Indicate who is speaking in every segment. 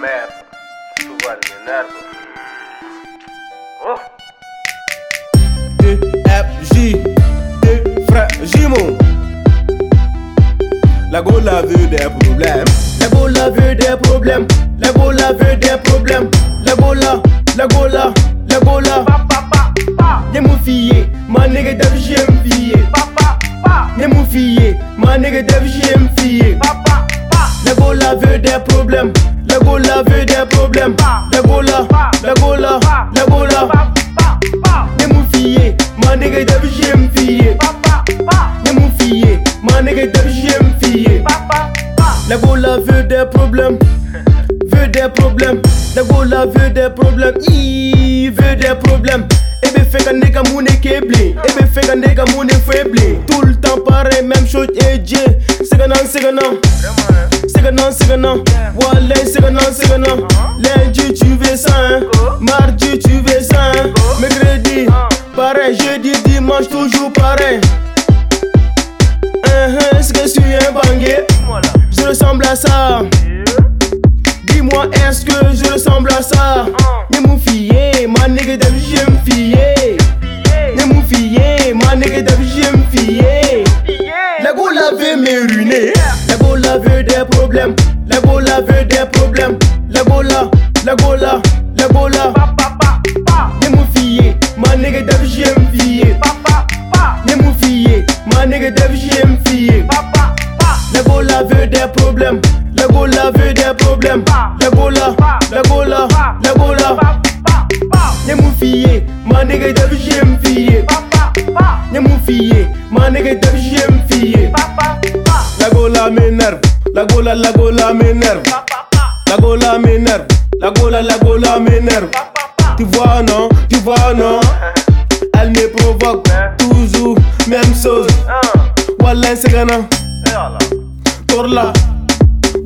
Speaker 1: merda. Suvar minha nerva. Oh!
Speaker 2: EFJ, tes frères Jimon. La Gola veut des problèmes. La Gola veut des problèmes. La Gola veut des problèmes. La Gola, la Gola, la Gola. Y'a mon fille, ma nigga d'Af, j'aime fille. Y'a mon fille, ma nigga d'Af, j'aime fille. La Gola veut des problèmes. La Gola veut des problèmes. La Gola, la Gola, la Gola. Y'a mon fille, ma nigga d'Af, j'aime fille. Y'a mon fille, ma nigga d'Af, j'aime fille. La gola veut des problèmes, veut des problèmes. La gola veut des problèmes, il veut des problèmes. Et bien fait qu'un nigga moune keblé, et bien fait Eh ben, qu'un nigga moune faiblé. Tout le temps pareil, même chose, et Dieu, c'est gagnant, c'est gagnant. C'est gagnant, c'est gagnant. Wallah, c'est gagnant, c'est gagnant. Lundi, tu veux ça, hein. Mardi, tu veux ça, hein. Mercredi, pareil, jeudi, dimanche, toujours pareil. Hein, hein, Est-ce que je suis un banguet? je ressemble à ça Dis-moi, est-ce que je ressemble à ça Y'a mon fille, ma nigga d'habit, j'aime fille Y'a mon fille, ma nigga d'habit, j'aime fille La gola veut me ruiner La gola veut des problèmes La gola veut des problèmes La gola, la gola, la gola Y'a mon fille, ma nigga d'habit, j'aime fille Y'a mon fille, ma nigga d'habit, j'aime fille la gola veut des problèmes. La gola veut des problèmes. La gola, la gola, la gola. Y'a mon fille, ma nigga d'ab, j'aime fille. Y'a mon fille, ma nigga d'ab, j'aime fille. La gola m'énerve. La gola, la gola m'énerve. La gola m'énerve. La gola, la gola m'énerve. Tu vois, non, tu vois, non. Elle me provoque toujours, même chose. Wallah, c'est gagnant. Torla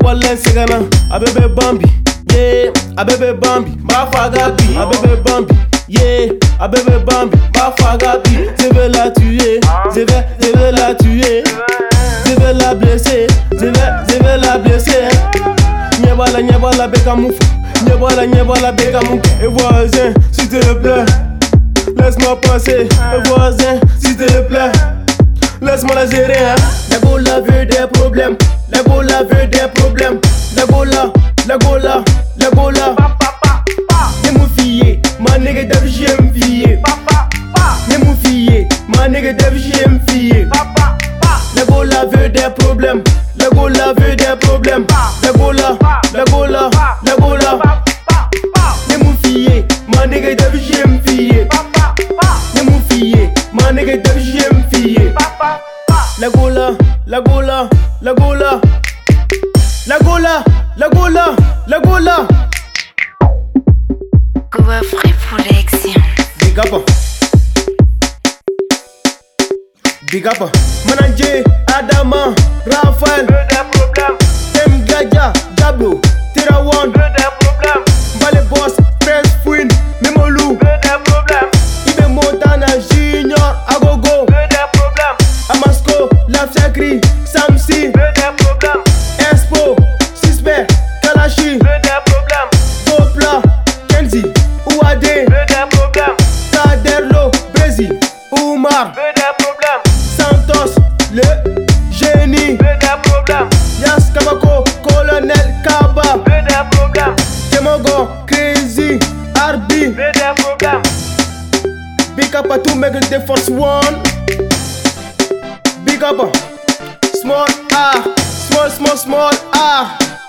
Speaker 2: Wallen Segana Abebe Bambi Yeah Abebe Bambi Bafagapi Abebe Bambi Yeah Abebe Bambi Bafagapi Je vais la tuer Je vais, je vais la tuer Je vais la blesser Je vais, je vais la blesser Nyebala nyebala beka moufa Nyebala nyebala beka moufa Et voisin s'il te plaît Laisse-moi passer Et voisin s'il te plaît Laisse-moi la gérer, hein. La gola veut des problèmes. La gola veut des problèmes. La gola, la gola, la gola. Y'a mon fille, ma nigga d'ab, j'aime fille. Y'a mon fille, ma nigga d'ab, j'aime fille. La gola veut des problèmes. La gola veut des problèmes. La gola, la gola, la gola. Y'a mon fille, ma nigga d'ab, j'aime fille. Y'a mon fille, ma nigga d'ab, j'aime fille. La gola, la gola, la gola. La gola, la gola, la gola.
Speaker 3: Goa Free Collection.
Speaker 2: Big up. Big up. Mananje, Adama, Rafael, M. Gaja, Diablo, Terawan, Vale Boss, Press Queen, Memolou, Ibe Montana, Junior, Agogo, Amasco, Laf Chakri, Samsi, Expo, Sisbe, Kalashi, Popla, Kenzi, Ouade, Taderlo, Brésil, Oumar, Santos, le génie, Yas Kabako, Colonel Kaba, Kemogo, Crazy, Arbi, Big up à tout mec de Force One, Big up, Small A, Small, Small, Small A,